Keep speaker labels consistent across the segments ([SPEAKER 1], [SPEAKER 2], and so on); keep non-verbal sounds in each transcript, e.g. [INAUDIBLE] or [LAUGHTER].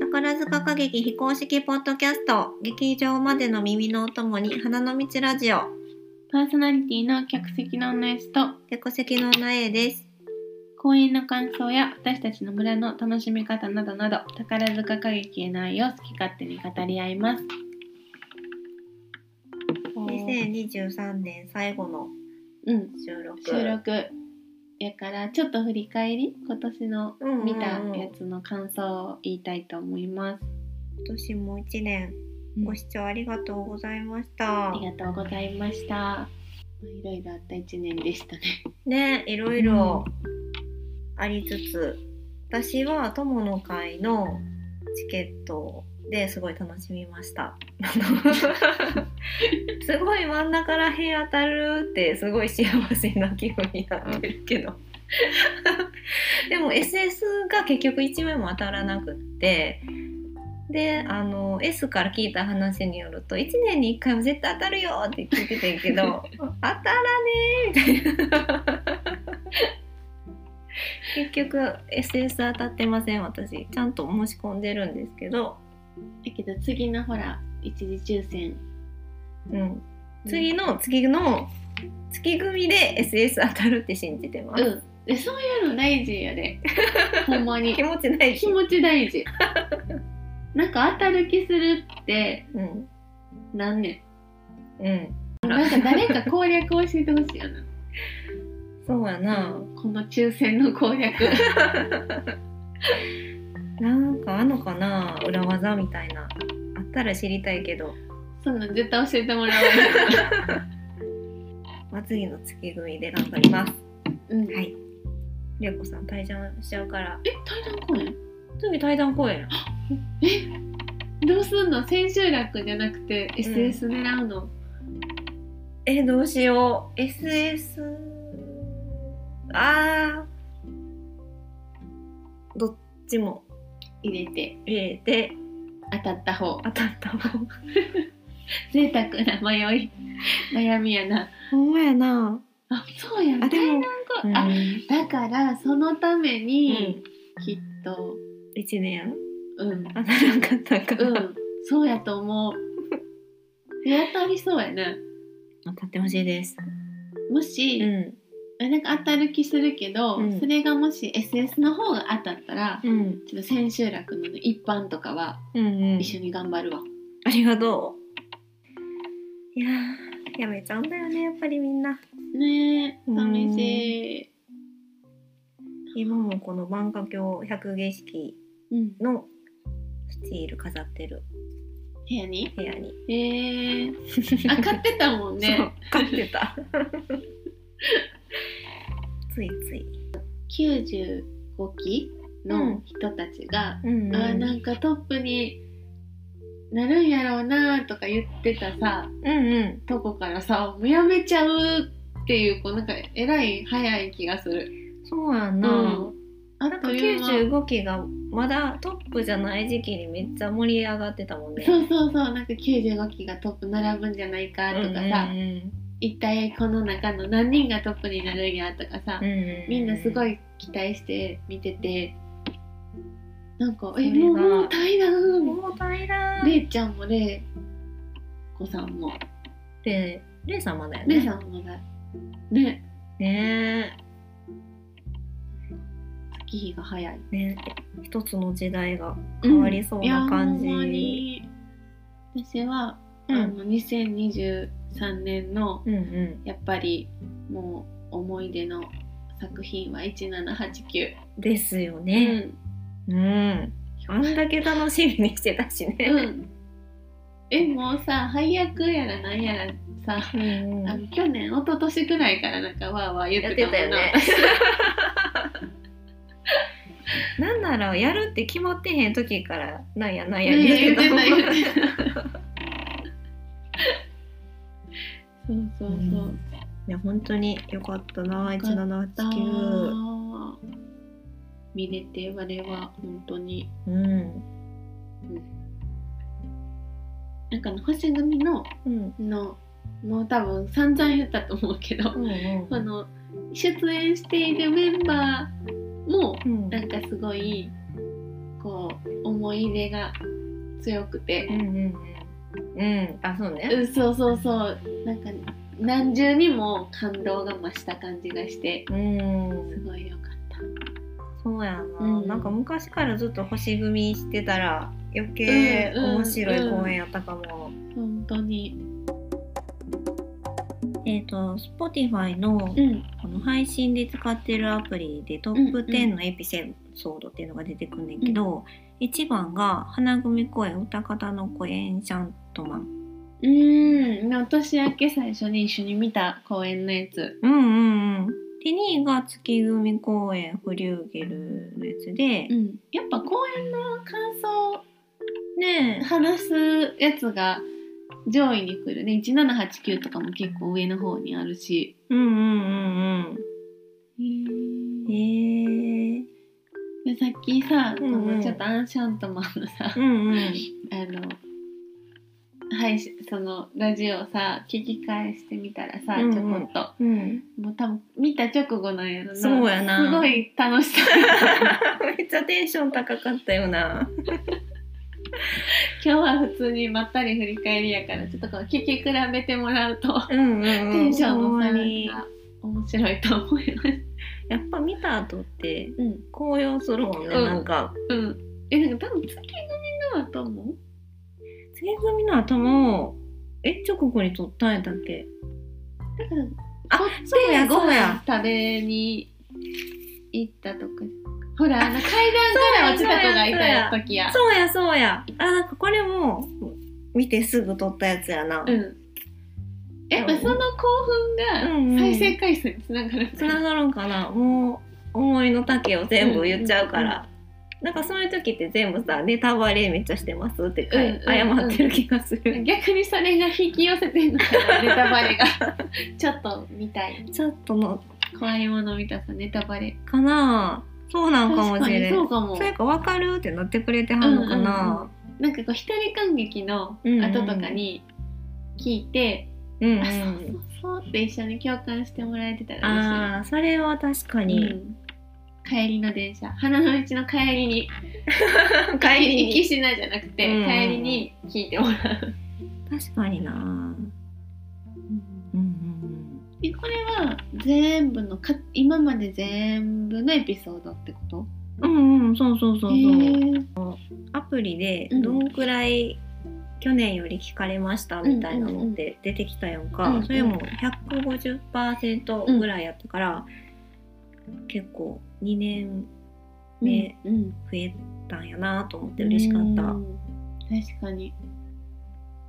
[SPEAKER 1] 宝塚歌劇非公式ポッドキャスト劇場までの耳のお供に花の道ラジオ
[SPEAKER 2] パーソナリティの客席の女 S と
[SPEAKER 1] 客席のなえです
[SPEAKER 2] 公演の感想や私たちの村の楽しみ方などなど宝塚歌劇への愛を好き勝手に語り合います。
[SPEAKER 1] 2023年最後の
[SPEAKER 2] うん、
[SPEAKER 1] 収録
[SPEAKER 2] 収録やからちょっと振り返り今年の
[SPEAKER 1] うんうんうん
[SPEAKER 2] 見たやつの感想を言いたいと思います。
[SPEAKER 1] 今年も1年
[SPEAKER 2] うん
[SPEAKER 1] ご視聴ありがとうございました
[SPEAKER 2] ありがとうございました。まあいろいろあった一年でしたね。
[SPEAKER 1] ねいろいろありつつ私は友の会のチケットですごい楽しみました。 [LAUGHS] あのすごい真ん中らへん当たるってすごい幸せな気分になってるけど [LAUGHS] でも SS が結局1枚も当たらなくってであの S から聞いた話によると1年に1回も絶対当たるよって聞いててんけど当たらねーみたいな [LAUGHS] 結局 SS 当たってません私ちゃんと申し込んでるんですけど、
[SPEAKER 2] だけど次のほら一次抽選
[SPEAKER 1] うん、次の次の月組で SS 当たるって信じてます、
[SPEAKER 2] うんでそういうの大事
[SPEAKER 1] [LAUGHS]
[SPEAKER 2] やでほんまに
[SPEAKER 1] 気持ちないし
[SPEAKER 2] 気、持ち大事なんか当たる気するって
[SPEAKER 1] うん
[SPEAKER 2] なんね
[SPEAKER 1] うん、
[SPEAKER 2] んなんか誰か攻略教えてほしいよな
[SPEAKER 1] [LAUGHS] そうやな、
[SPEAKER 2] この抽選の攻略
[SPEAKER 1] なんかあんのかな裏技みたいなあったら知りたいけど、
[SPEAKER 2] そんなん絶対教えてもらおうよ
[SPEAKER 1] まあ、次の月組で頑張ります
[SPEAKER 2] うん
[SPEAKER 1] はいりょうこさん退場しちゃうから
[SPEAKER 2] え対談公演
[SPEAKER 1] 次対談公演
[SPEAKER 2] どうすんの千秋楽じゃなくて SS 狙うの、
[SPEAKER 1] えどうしよう SS あーどっちも
[SPEAKER 2] 入れて
[SPEAKER 1] 入れて
[SPEAKER 2] 当たった方
[SPEAKER 1] 当たった方が
[SPEAKER 2] 贅沢な迷い [LAUGHS] 悩みやな
[SPEAKER 1] ほんまやな
[SPEAKER 2] あそうや
[SPEAKER 1] あでも
[SPEAKER 2] 対談公演、あだからそのため
[SPEAKER 1] う
[SPEAKER 2] に、
[SPEAKER 1] ん、
[SPEAKER 2] きっと
[SPEAKER 1] 1年
[SPEAKER 2] うん
[SPEAKER 1] 当たらんかったから、
[SPEAKER 2] うん、そうやと思う。手当たりそうやね。
[SPEAKER 1] 当たってほしいです
[SPEAKER 2] もし、
[SPEAKER 1] うん
[SPEAKER 2] なんか当たる気するけど、
[SPEAKER 1] うん
[SPEAKER 2] それがもし SS の方が当たったら、
[SPEAKER 1] うん
[SPEAKER 2] ちょっと千秋楽の一般とかは
[SPEAKER 1] うんうん
[SPEAKER 2] 一緒に頑張るわ。
[SPEAKER 1] ありがとう。いやー、やめちゃうんだよね、やっぱりみんな。
[SPEAKER 2] ねえ、寂しい。
[SPEAKER 1] 今もこの万華鏡百景色
[SPEAKER 2] うん、部
[SPEAKER 1] のスチール飾ってる
[SPEAKER 2] 屋に
[SPEAKER 1] 部屋に。
[SPEAKER 2] ええ
[SPEAKER 1] [LAUGHS]
[SPEAKER 2] あ、買ってた
[SPEAKER 1] そ
[SPEAKER 2] もん
[SPEAKER 1] う
[SPEAKER 2] ね。、
[SPEAKER 1] 買ってた。 [LAUGHS] ついつい。
[SPEAKER 2] 95期の人たちが、
[SPEAKER 1] うん
[SPEAKER 2] あーなんかトップになるんやろうなとか言ってたさ、
[SPEAKER 1] うんうん。
[SPEAKER 2] とこからさもうやめちゃうっていうこうなんかえらい早い気がする。
[SPEAKER 1] そうやん
[SPEAKER 2] う
[SPEAKER 1] な。
[SPEAKER 2] あ
[SPEAKER 1] なん
[SPEAKER 2] っ
[SPEAKER 1] か
[SPEAKER 2] という間。
[SPEAKER 1] 95期がまだトップじゃない時期にめっちゃ盛り上がってたもんね。
[SPEAKER 2] そうそうそうなんか95期がトップ並ぶんじゃないかとか
[SPEAKER 1] う
[SPEAKER 2] さ、
[SPEAKER 1] んうん
[SPEAKER 2] 一体この中の何人がトップになるんやとかさ、
[SPEAKER 1] うん、うんう
[SPEAKER 2] みんなすご
[SPEAKER 1] い。
[SPEAKER 2] い期待して見ててなんか
[SPEAKER 1] そ
[SPEAKER 2] 「え
[SPEAKER 1] れが
[SPEAKER 2] もうもう対談!
[SPEAKER 1] もう平ら」
[SPEAKER 2] れいちゃんもれい子さんも
[SPEAKER 1] レイ、レイ様だよね。
[SPEAKER 2] れいさんもだね
[SPEAKER 1] ね
[SPEAKER 2] 月日が早い。
[SPEAKER 1] えねえ一つの時代が変わりそうな感じ
[SPEAKER 2] いやほんまに私は、
[SPEAKER 1] うん
[SPEAKER 2] あの2023年の
[SPEAKER 1] うんう
[SPEAKER 2] やっぱりもう思い出の作品は1789、
[SPEAKER 1] んですよ
[SPEAKER 2] う
[SPEAKER 1] ね
[SPEAKER 2] ん
[SPEAKER 1] うん、あんだけ楽しみにしてたし
[SPEAKER 2] う
[SPEAKER 1] ね
[SPEAKER 2] ん、えもうさ配役やらなんやらさ
[SPEAKER 1] うん、うん
[SPEAKER 2] あの去年一昨年ぐらいからなんかわーわー言
[SPEAKER 1] や
[SPEAKER 2] っ
[SPEAKER 1] ってて
[SPEAKER 2] た
[SPEAKER 1] た
[SPEAKER 2] も
[SPEAKER 1] よ
[SPEAKER 2] んな [LAUGHS]
[SPEAKER 1] ねなんならやるって決まってへん時からなんやなんや
[SPEAKER 2] ね
[SPEAKER 1] 言ってたもん
[SPEAKER 2] 言ってた言ってた
[SPEAKER 1] [LAUGHS]
[SPEAKER 2] そうそうそ
[SPEAKER 1] う
[SPEAKER 2] う、
[SPEAKER 1] んいや本当によかったな1789
[SPEAKER 2] 見れて我は本当に
[SPEAKER 1] うん
[SPEAKER 2] なんかあの星組の
[SPEAKER 1] うん
[SPEAKER 2] のもう多分散々言ったと思うけど、
[SPEAKER 1] うんうん
[SPEAKER 2] この出演しているメンバーも
[SPEAKER 1] うん
[SPEAKER 2] なんかすごいここう思い入れが強くて
[SPEAKER 1] う、んうんうんうんあそうね
[SPEAKER 2] うん、そうそうそうなんか何重にも感動が増した感じがして
[SPEAKER 1] うん
[SPEAKER 2] すごい良かった。
[SPEAKER 1] そうやな、
[SPEAKER 2] うん
[SPEAKER 1] なんか昔からずっと星組してたら余計
[SPEAKER 2] うんうん
[SPEAKER 1] 面白い公演やったかも、
[SPEAKER 2] 本当に。
[SPEAKER 1] えっ、と Spotify の
[SPEAKER 2] うん。
[SPEAKER 1] この配信で使ってるアプリでトップ10のエピソードっていうのが出てくんねんけど、1番が花組公演歌方の声エンシャントマン
[SPEAKER 2] うーん。年明け最初に一緒に見た公演のやつ。
[SPEAKER 1] うんうんうんで2位が月組公演フリューゲルのやつで、
[SPEAKER 2] ん。やっぱ公演の感想
[SPEAKER 1] ねえ
[SPEAKER 2] 話すやつが上位に来るね。1789とかも結構上の方にあるし。
[SPEAKER 1] うんうんうんうん
[SPEAKER 2] へ
[SPEAKER 1] へ
[SPEAKER 2] ー
[SPEAKER 1] え
[SPEAKER 2] でさっきさ、
[SPEAKER 1] うんうん
[SPEAKER 2] このちょっとアンシャントマンのさ、
[SPEAKER 1] うんうん
[SPEAKER 2] あの。はい、そのラジオさ聞き返してみたらさ、
[SPEAKER 1] うんうん
[SPEAKER 2] ちょこっと
[SPEAKER 1] うん
[SPEAKER 2] もう多分見た直後なんやろな
[SPEAKER 1] そうやな
[SPEAKER 2] すごい楽しそうやっ
[SPEAKER 1] [LAUGHS]
[SPEAKER 2] た
[SPEAKER 1] めっちゃテンション高かったよな。
[SPEAKER 2] 今日は普通にまったり振り返りやからちょっとこう聞き比べてもらうと
[SPEAKER 1] うんうん、
[SPEAKER 2] テンション
[SPEAKER 1] ほん
[SPEAKER 2] の
[SPEAKER 1] ま
[SPEAKER 2] 差が
[SPEAKER 1] に。
[SPEAKER 2] 面白いと思います。
[SPEAKER 1] やっぱ見た後って
[SPEAKER 2] うん
[SPEAKER 1] 高揚するもんね、
[SPEAKER 2] うん
[SPEAKER 1] なんか。
[SPEAKER 2] うん。えなんか多分月組のはと思う。
[SPEAKER 1] 月組の後も、え、直後に撮ったんやったっけ
[SPEAKER 2] だから
[SPEAKER 1] あ
[SPEAKER 2] こっちが
[SPEAKER 1] そうやそうや
[SPEAKER 2] ご飯食べに行ったとか。ほらあの階段から落ちた子がいたや時や。
[SPEAKER 1] そうや、そうや。あ、なんかこれも、見てすぐ撮ったやつやな。
[SPEAKER 2] うん。やっぱその興
[SPEAKER 1] うん
[SPEAKER 2] 奮
[SPEAKER 1] うん
[SPEAKER 2] が再生回数につながる。
[SPEAKER 1] つながるんかなもう、思いの丈を全部言っちゃうから。なんかそういう時って全部さ「ネタバレめっちゃしてます」って書い
[SPEAKER 2] うんうん
[SPEAKER 1] 謝
[SPEAKER 2] うん
[SPEAKER 1] ってる気がする、
[SPEAKER 2] 逆にそれが引き寄せてんのかなネタバ
[SPEAKER 1] [LAUGHS]
[SPEAKER 2] レがちょっと見たい
[SPEAKER 1] ちょっとの
[SPEAKER 2] 怖いもの見たさネタバレ
[SPEAKER 1] かなそうなんかも
[SPEAKER 2] 確
[SPEAKER 1] し
[SPEAKER 2] か
[SPEAKER 1] れ
[SPEAKER 2] に
[SPEAKER 1] ん
[SPEAKER 2] そうかも
[SPEAKER 1] そういうか分かるってなってくれてはんのかな。
[SPEAKER 2] なんかこう一人感激の後とかに聞いて、
[SPEAKER 1] うんうん
[SPEAKER 2] あそうそうそうって一緒に共感してもらえてた
[SPEAKER 1] [LAUGHS]
[SPEAKER 2] ら
[SPEAKER 1] ああーそれは確か
[SPEAKER 2] 嬉しい、
[SPEAKER 1] に。
[SPEAKER 2] うん帰りの電車花の道の帰りに
[SPEAKER 1] 帰
[SPEAKER 2] 行きしなじゃなくて、
[SPEAKER 1] うん
[SPEAKER 2] 帰りに聞いてもらう、
[SPEAKER 1] 確かにな。うんうん
[SPEAKER 2] でこれは全部のか今まで全部のエピソードってこと
[SPEAKER 1] うん。うんうんそうそうそう
[SPEAKER 2] へ
[SPEAKER 1] そう。
[SPEAKER 2] ー
[SPEAKER 1] アプリで
[SPEAKER 2] うん
[SPEAKER 1] どんくらい去年より聞かれましたみたいなのって出てきたやん
[SPEAKER 2] うんうんう
[SPEAKER 1] か
[SPEAKER 2] ん。
[SPEAKER 1] それも150%ぐらいやったから、結構2年ね
[SPEAKER 2] うんうん
[SPEAKER 1] 増えたんやなと思って嬉しかった。
[SPEAKER 2] う
[SPEAKER 1] うん
[SPEAKER 2] 確かに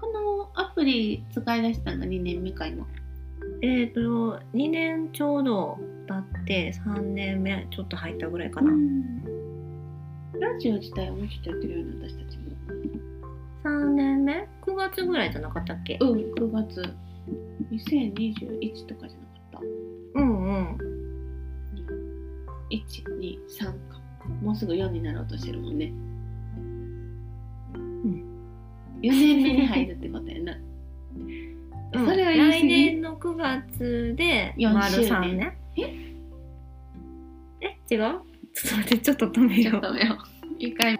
[SPEAKER 2] このアプリ使い出したのが2年目か今
[SPEAKER 1] えー、と2年ちょうど経って3年目ちょっと入ったぐらいか
[SPEAKER 2] か
[SPEAKER 1] な、
[SPEAKER 2] な、ラジオ自体はもうちょっとやってるよね私たちも
[SPEAKER 1] 3年目 ?9 月ぐらいじゃなかったっけ
[SPEAKER 2] うん9月2021とかじゃなかった
[SPEAKER 1] うんうん
[SPEAKER 2] 123かもうすぐ4になろうとしてるもんねうん4年目に入るってことや [LAUGHS] な
[SPEAKER 1] うん
[SPEAKER 2] それは言い過ぎ
[SPEAKER 1] 来年の9月で
[SPEAKER 2] 四
[SPEAKER 1] 丸
[SPEAKER 2] 周年
[SPEAKER 1] 3年ええ違うちょっと待ってちょっと止め
[SPEAKER 2] ちょ
[SPEAKER 1] よ
[SPEAKER 2] っと
[SPEAKER 1] う
[SPEAKER 2] 目を一回あ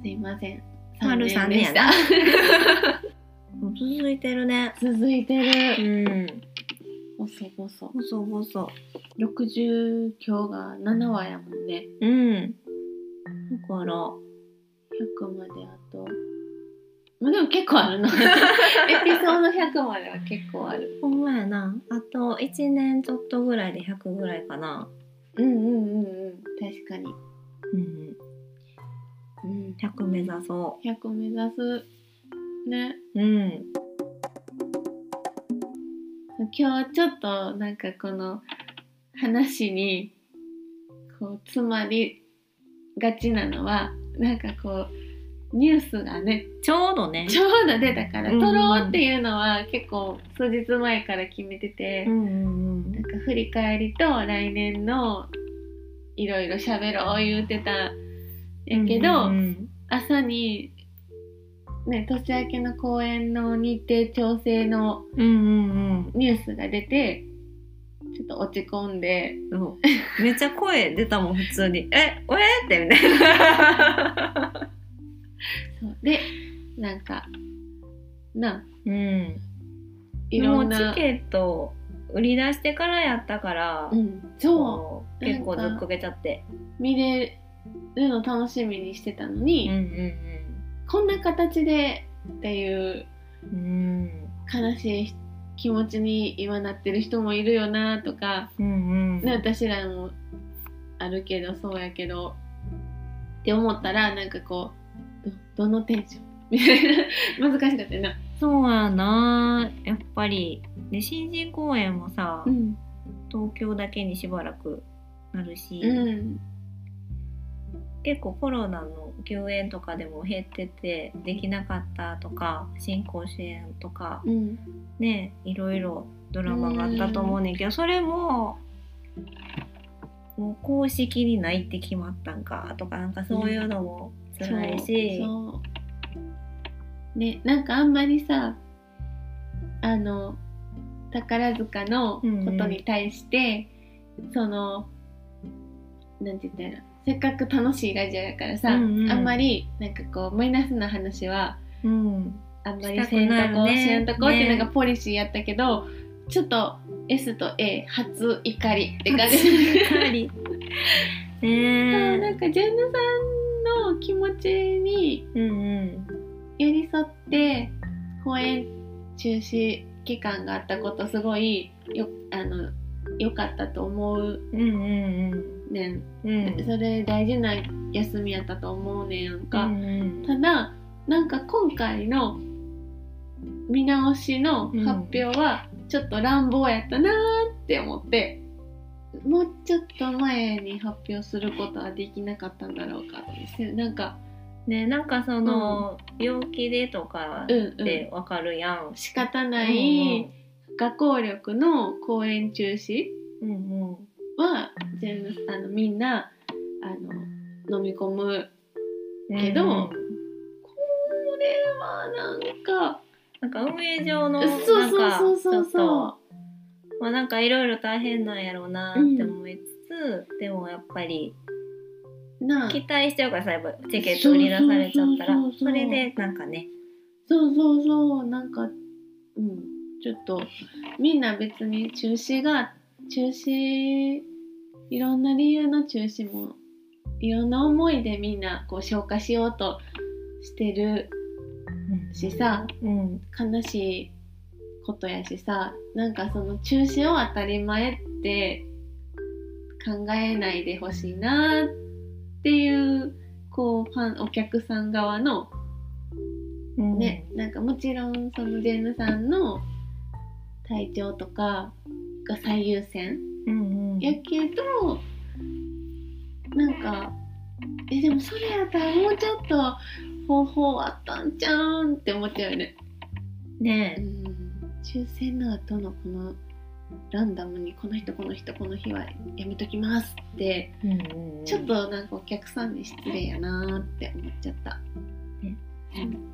[SPEAKER 2] すいません
[SPEAKER 1] 丸
[SPEAKER 2] 三
[SPEAKER 1] 3
[SPEAKER 2] で
[SPEAKER 1] 年
[SPEAKER 2] し
[SPEAKER 1] や
[SPEAKER 2] た
[SPEAKER 1] なもう続いてるね
[SPEAKER 2] [LAUGHS] 続いて
[SPEAKER 1] う
[SPEAKER 2] る
[SPEAKER 1] ん
[SPEAKER 2] 細々
[SPEAKER 1] 細々
[SPEAKER 2] 60今日が7話やもんね
[SPEAKER 1] うんだから
[SPEAKER 2] 100まであとまあでも結構あ [LAUGHS] るなエピソード100までは結構ある
[SPEAKER 1] ほんまやなあと1年ちょっとぐらいで100ぐらいかな
[SPEAKER 2] うんうんうんうん確かに、
[SPEAKER 1] うん
[SPEAKER 2] うん、
[SPEAKER 1] 100目指そ
[SPEAKER 2] 100目指すね
[SPEAKER 1] ううん
[SPEAKER 2] 今日ちょっとなんかこの話にこう詰まりがちなのはなんかこうニュースがね
[SPEAKER 1] ちょうどね
[SPEAKER 2] ちょうど出たから
[SPEAKER 1] うん
[SPEAKER 2] 撮ろうっていうのは結構数日前から決めてて、
[SPEAKER 1] うんうん
[SPEAKER 2] なんか振り返りと来年のいろいろ喋ろう言うてた
[SPEAKER 1] うん
[SPEAKER 2] やけ
[SPEAKER 1] う
[SPEAKER 2] ど、
[SPEAKER 1] ん
[SPEAKER 2] 朝に、ね、年明けの公演の日程調整の
[SPEAKER 1] うんうん
[SPEAKER 2] ニュースが出てちちょっと落ち込んで
[SPEAKER 1] うんめっちゃ声出たもん普通に「えおえ?」ってみたいな
[SPEAKER 2] そうでなんかな
[SPEAKER 1] うん
[SPEAKER 2] いろん
[SPEAKER 1] もう
[SPEAKER 2] な
[SPEAKER 1] チケット売り出してからやったから、
[SPEAKER 2] うん、そ
[SPEAKER 1] こう結構ずっこけちゃって
[SPEAKER 2] う見れるの楽しみにしてたの
[SPEAKER 1] うん
[SPEAKER 2] に、
[SPEAKER 1] うん
[SPEAKER 2] こんな形でっていう
[SPEAKER 1] うん
[SPEAKER 2] 悲しい気持ちに今なってる人もいるよなとか、
[SPEAKER 1] うんうんうん
[SPEAKER 2] ね、私らもあるけどそうやけどって思ったらなんかこうどどのテンションみたいな [LAUGHS] 難しかったよな。
[SPEAKER 1] そうやなやっぱりで新人公演もさ、
[SPEAKER 2] うん
[SPEAKER 1] 東京だけにしばらくなるし、
[SPEAKER 2] うん
[SPEAKER 1] 結構コロナの休園とかでも減っててできなかったとか新甲子園とか
[SPEAKER 2] うん
[SPEAKER 1] ねいろいろドラマがあったと思うねんけどそれももう公式にないって決まったんかとかなんかそういうのも辛いし。
[SPEAKER 2] そうそうねなんかあんまりさあの宝塚のことに対して、そのなんて言ったらいいのせっかく楽しいラジオやからさ、
[SPEAKER 1] うんうん
[SPEAKER 2] あんまりなんかこうマイナスな話は
[SPEAKER 1] うん
[SPEAKER 2] あんまりせんとこ、
[SPEAKER 1] したくないよね
[SPEAKER 2] せんとこって
[SPEAKER 1] ね
[SPEAKER 2] なんかポリシーやったけど、ちょっと S と A 初怒り
[SPEAKER 1] [LAUGHS]
[SPEAKER 2] [LAUGHS] って感じ。そうな
[SPEAKER 1] ねえ
[SPEAKER 2] んかジェンヌさんの気持ちに
[SPEAKER 1] うんうん
[SPEAKER 2] 寄り添って公演中止期間があったことすごいよあの良かったと思う
[SPEAKER 1] うんうん
[SPEAKER 2] ねん、
[SPEAKER 1] うんうん
[SPEAKER 2] それ大事な休みやったと思うねんやんか、
[SPEAKER 1] うんうん
[SPEAKER 2] ただなんか今回の見直しの発表はちょっと乱暴やったなーって思って、もうちょっと前に発表することはできなかったんだろうかってなんか
[SPEAKER 1] ねなんかその、病気でとか
[SPEAKER 2] うん
[SPEAKER 1] っ
[SPEAKER 2] うん
[SPEAKER 1] てわかるやん。
[SPEAKER 2] 仕方ない学校力の公演中止
[SPEAKER 1] うんうん
[SPEAKER 2] は全部あのみんなあの飲み込む
[SPEAKER 1] うん
[SPEAKER 2] けど
[SPEAKER 1] うんうん
[SPEAKER 2] これはなんか
[SPEAKER 1] なんか運営上のなん
[SPEAKER 2] そう
[SPEAKER 1] か
[SPEAKER 2] そうそう
[SPEAKER 1] ち
[SPEAKER 2] そ
[SPEAKER 1] ょ
[SPEAKER 2] う
[SPEAKER 1] っと
[SPEAKER 2] そ
[SPEAKER 1] まあなんかいろいろ大変なんやろうなって思いつつ、でもやっぱり
[SPEAKER 2] うなあ
[SPEAKER 1] 期待しちゃうからさやっぱチケット売り出されちゃったら
[SPEAKER 2] そうそうそうそう
[SPEAKER 1] それでなんかね
[SPEAKER 2] そうそうそうなんかうんちょっとみんな別に中止が中止いろんな理由の中止もいろんな思いでみんなこう消化しようとしてるしさ
[SPEAKER 1] うん
[SPEAKER 2] 悲しいことやしさなんかその中止を当たり前って考えないでほしいなっていうこうファンお客さん側の
[SPEAKER 1] うん
[SPEAKER 2] ね、なんかもちろんそのジェンヌさんの体調とかが最優先
[SPEAKER 1] うんうん
[SPEAKER 2] やけどなんかえでもそれやったらもうちょっと方法あったんちゃうんって思っちゃうよね。う
[SPEAKER 1] ね
[SPEAKER 2] ん抽選の後のこのランダムにこの人この人この日はやめときますって
[SPEAKER 1] うんうんうん
[SPEAKER 2] ちょっとなんかお客さんに失礼やなーって思っちゃった。
[SPEAKER 1] ね
[SPEAKER 2] うん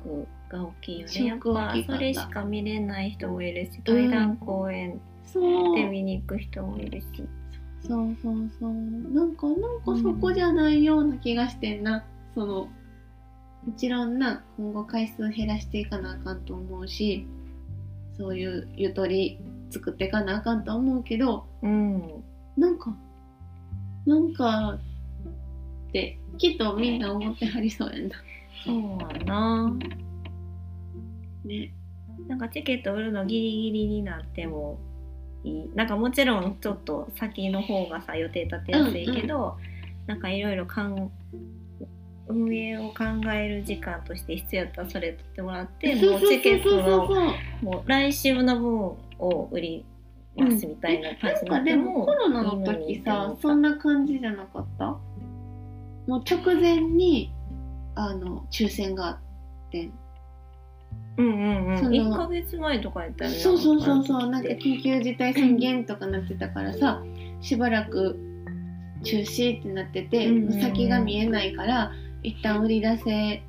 [SPEAKER 1] ショックが大きいよ
[SPEAKER 2] シ
[SPEAKER 1] ね
[SPEAKER 2] ョ
[SPEAKER 1] や
[SPEAKER 2] ック大き
[SPEAKER 1] っぱ
[SPEAKER 2] かった
[SPEAKER 1] それしか見れない人もいるし
[SPEAKER 2] うん
[SPEAKER 1] 対談公演
[SPEAKER 2] そう
[SPEAKER 1] で見に行く人もいるし、
[SPEAKER 2] そうそうそうなんかなんかそこじゃないような気がしてんな、そのもちろんな今後回数減らしていかなあかんと思うしそういうゆとり作っていかなあかんと思うけど
[SPEAKER 1] うん
[SPEAKER 2] なんかなんかってきっとみんな思ってはりそうやんな
[SPEAKER 1] そうやな
[SPEAKER 2] ね
[SPEAKER 1] なんかチケット売るのギリギリになってもいいなんかもちろんちょっと先の方がさ予定立てやすいけど、なんかいろいろかん運営を考える時間として必要だったらそれ取ってもら
[SPEAKER 2] [LAUGHS]
[SPEAKER 1] ってもうチケットの
[SPEAKER 2] う
[SPEAKER 1] もう来週の分を売りますみたいな感じに
[SPEAKER 2] な
[SPEAKER 1] なんっ
[SPEAKER 2] かで
[SPEAKER 1] て
[SPEAKER 2] も
[SPEAKER 1] も
[SPEAKER 2] コロナの
[SPEAKER 1] いい
[SPEAKER 2] 時
[SPEAKER 1] に
[SPEAKER 2] さそんな感じじゃなかったもう直前にあの抽選があってん
[SPEAKER 1] うんうんう
[SPEAKER 2] その
[SPEAKER 1] ん1ヶ月前とかやったよね
[SPEAKER 2] そうそうそうそ
[SPEAKER 1] あ
[SPEAKER 2] う
[SPEAKER 1] の
[SPEAKER 2] なんか
[SPEAKER 1] 時って
[SPEAKER 2] 緊急事態宣言とかなってたからさしばらく中止ってなってて、
[SPEAKER 1] うんうんうん
[SPEAKER 2] 先が見えないから一旦売り出せ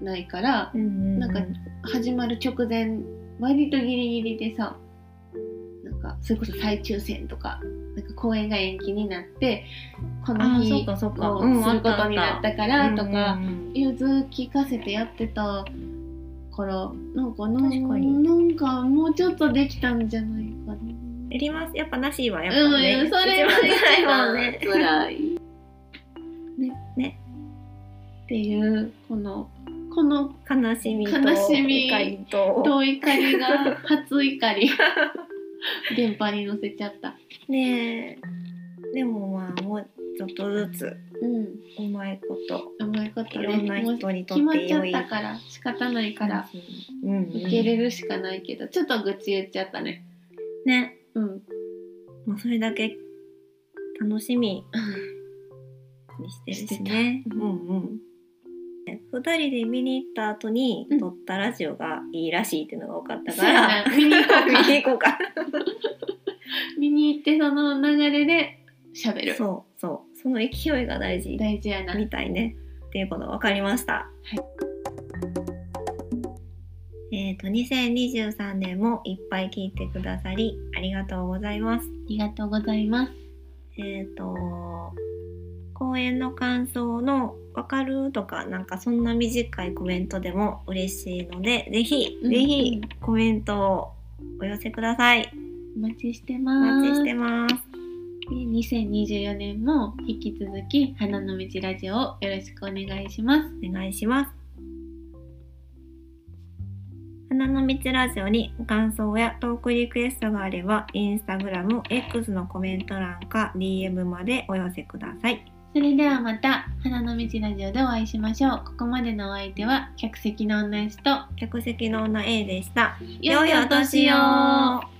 [SPEAKER 2] ないから
[SPEAKER 1] うんうんう
[SPEAKER 2] なんか始まる直前割とギリギリでさなんかかそれこそ再抽選とかなんか公演が延期になってこ
[SPEAKER 1] あー
[SPEAKER 2] の
[SPEAKER 1] そっ
[SPEAKER 2] 日
[SPEAKER 1] かそっかう
[SPEAKER 2] を
[SPEAKER 1] ん
[SPEAKER 2] す
[SPEAKER 1] あ
[SPEAKER 2] る
[SPEAKER 1] ったあっ
[SPEAKER 2] こ
[SPEAKER 1] た
[SPEAKER 2] とになったからとか
[SPEAKER 1] うんうん
[SPEAKER 2] 融通聞かせてやってたからなんかな
[SPEAKER 1] 確かに
[SPEAKER 2] なんかもうちょっとできたんじゃないかな。
[SPEAKER 1] うんやりますやっぱなしはやっ
[SPEAKER 2] うん
[SPEAKER 1] ぱね、
[SPEAKER 2] うん、それは
[SPEAKER 1] 一
[SPEAKER 2] 一
[SPEAKER 1] 番辛い
[SPEAKER 2] 番
[SPEAKER 1] もんね
[SPEAKER 2] 辛い。ね
[SPEAKER 1] ね
[SPEAKER 2] っていうこのこの
[SPEAKER 1] 悲しみと
[SPEAKER 2] 悲しみ
[SPEAKER 1] 怒りと
[SPEAKER 2] 遠怒りが初怒
[SPEAKER 1] [LAUGHS]
[SPEAKER 2] り電波に乗せちゃった。
[SPEAKER 1] ねえでもまあもうちょっとずつ
[SPEAKER 2] うん、
[SPEAKER 1] うまいこと
[SPEAKER 2] 甘いこと
[SPEAKER 1] いろんな
[SPEAKER 2] ね。もう
[SPEAKER 1] 人にとっ
[SPEAKER 2] 決まってちゃ
[SPEAKER 1] 良
[SPEAKER 2] っ
[SPEAKER 1] い
[SPEAKER 2] たから仕方ないから
[SPEAKER 1] うん、うん、
[SPEAKER 2] 受け入れるしかないけど、ちょっと愚痴言っちゃったね。
[SPEAKER 1] ね
[SPEAKER 2] うん。
[SPEAKER 1] もうそれだけ楽しみにしてるしね
[SPEAKER 2] して
[SPEAKER 1] う
[SPEAKER 2] た
[SPEAKER 1] んうん2人で見に行った後に
[SPEAKER 2] うん
[SPEAKER 1] 撮ったラジオがいいらしいっていうのが多かった
[SPEAKER 2] そう
[SPEAKER 1] か
[SPEAKER 2] や
[SPEAKER 1] ら、
[SPEAKER 2] な見に行こ
[SPEAKER 1] [LAUGHS]
[SPEAKER 2] う
[SPEAKER 1] 見
[SPEAKER 2] か
[SPEAKER 1] に行こう
[SPEAKER 2] [LAUGHS]
[SPEAKER 1] か
[SPEAKER 2] 見に行ってその流れで喋る
[SPEAKER 1] そうそうその勢いが大事
[SPEAKER 2] 大事やな
[SPEAKER 1] みたいねっていうことが分かりました。えっ、と2023年もいっぱい聞いてくださりありがとうございます。
[SPEAKER 2] ありがとうございます
[SPEAKER 1] えっ、と公演の感想の「わかる?」とかなんかそんな短いコメントでも嬉しいのでぜひ
[SPEAKER 2] うん
[SPEAKER 1] ぜひコメントをお寄せください。
[SPEAKER 2] お待ちして
[SPEAKER 1] お
[SPEAKER 2] ます
[SPEAKER 1] 待ちしてます。
[SPEAKER 2] で2024年も引き続き花の道ラジオをよろしくお願いします
[SPEAKER 1] お願いします。花の道ラジオにご感想やトークリクエストがあれば、インスタグラム、X のコメント欄か DM までお寄せください。
[SPEAKER 2] それではまた花の道ラジオでお会いしましょうここまでのお相手は客席の女子と
[SPEAKER 1] 客席の女 A でした。
[SPEAKER 2] 良いお年を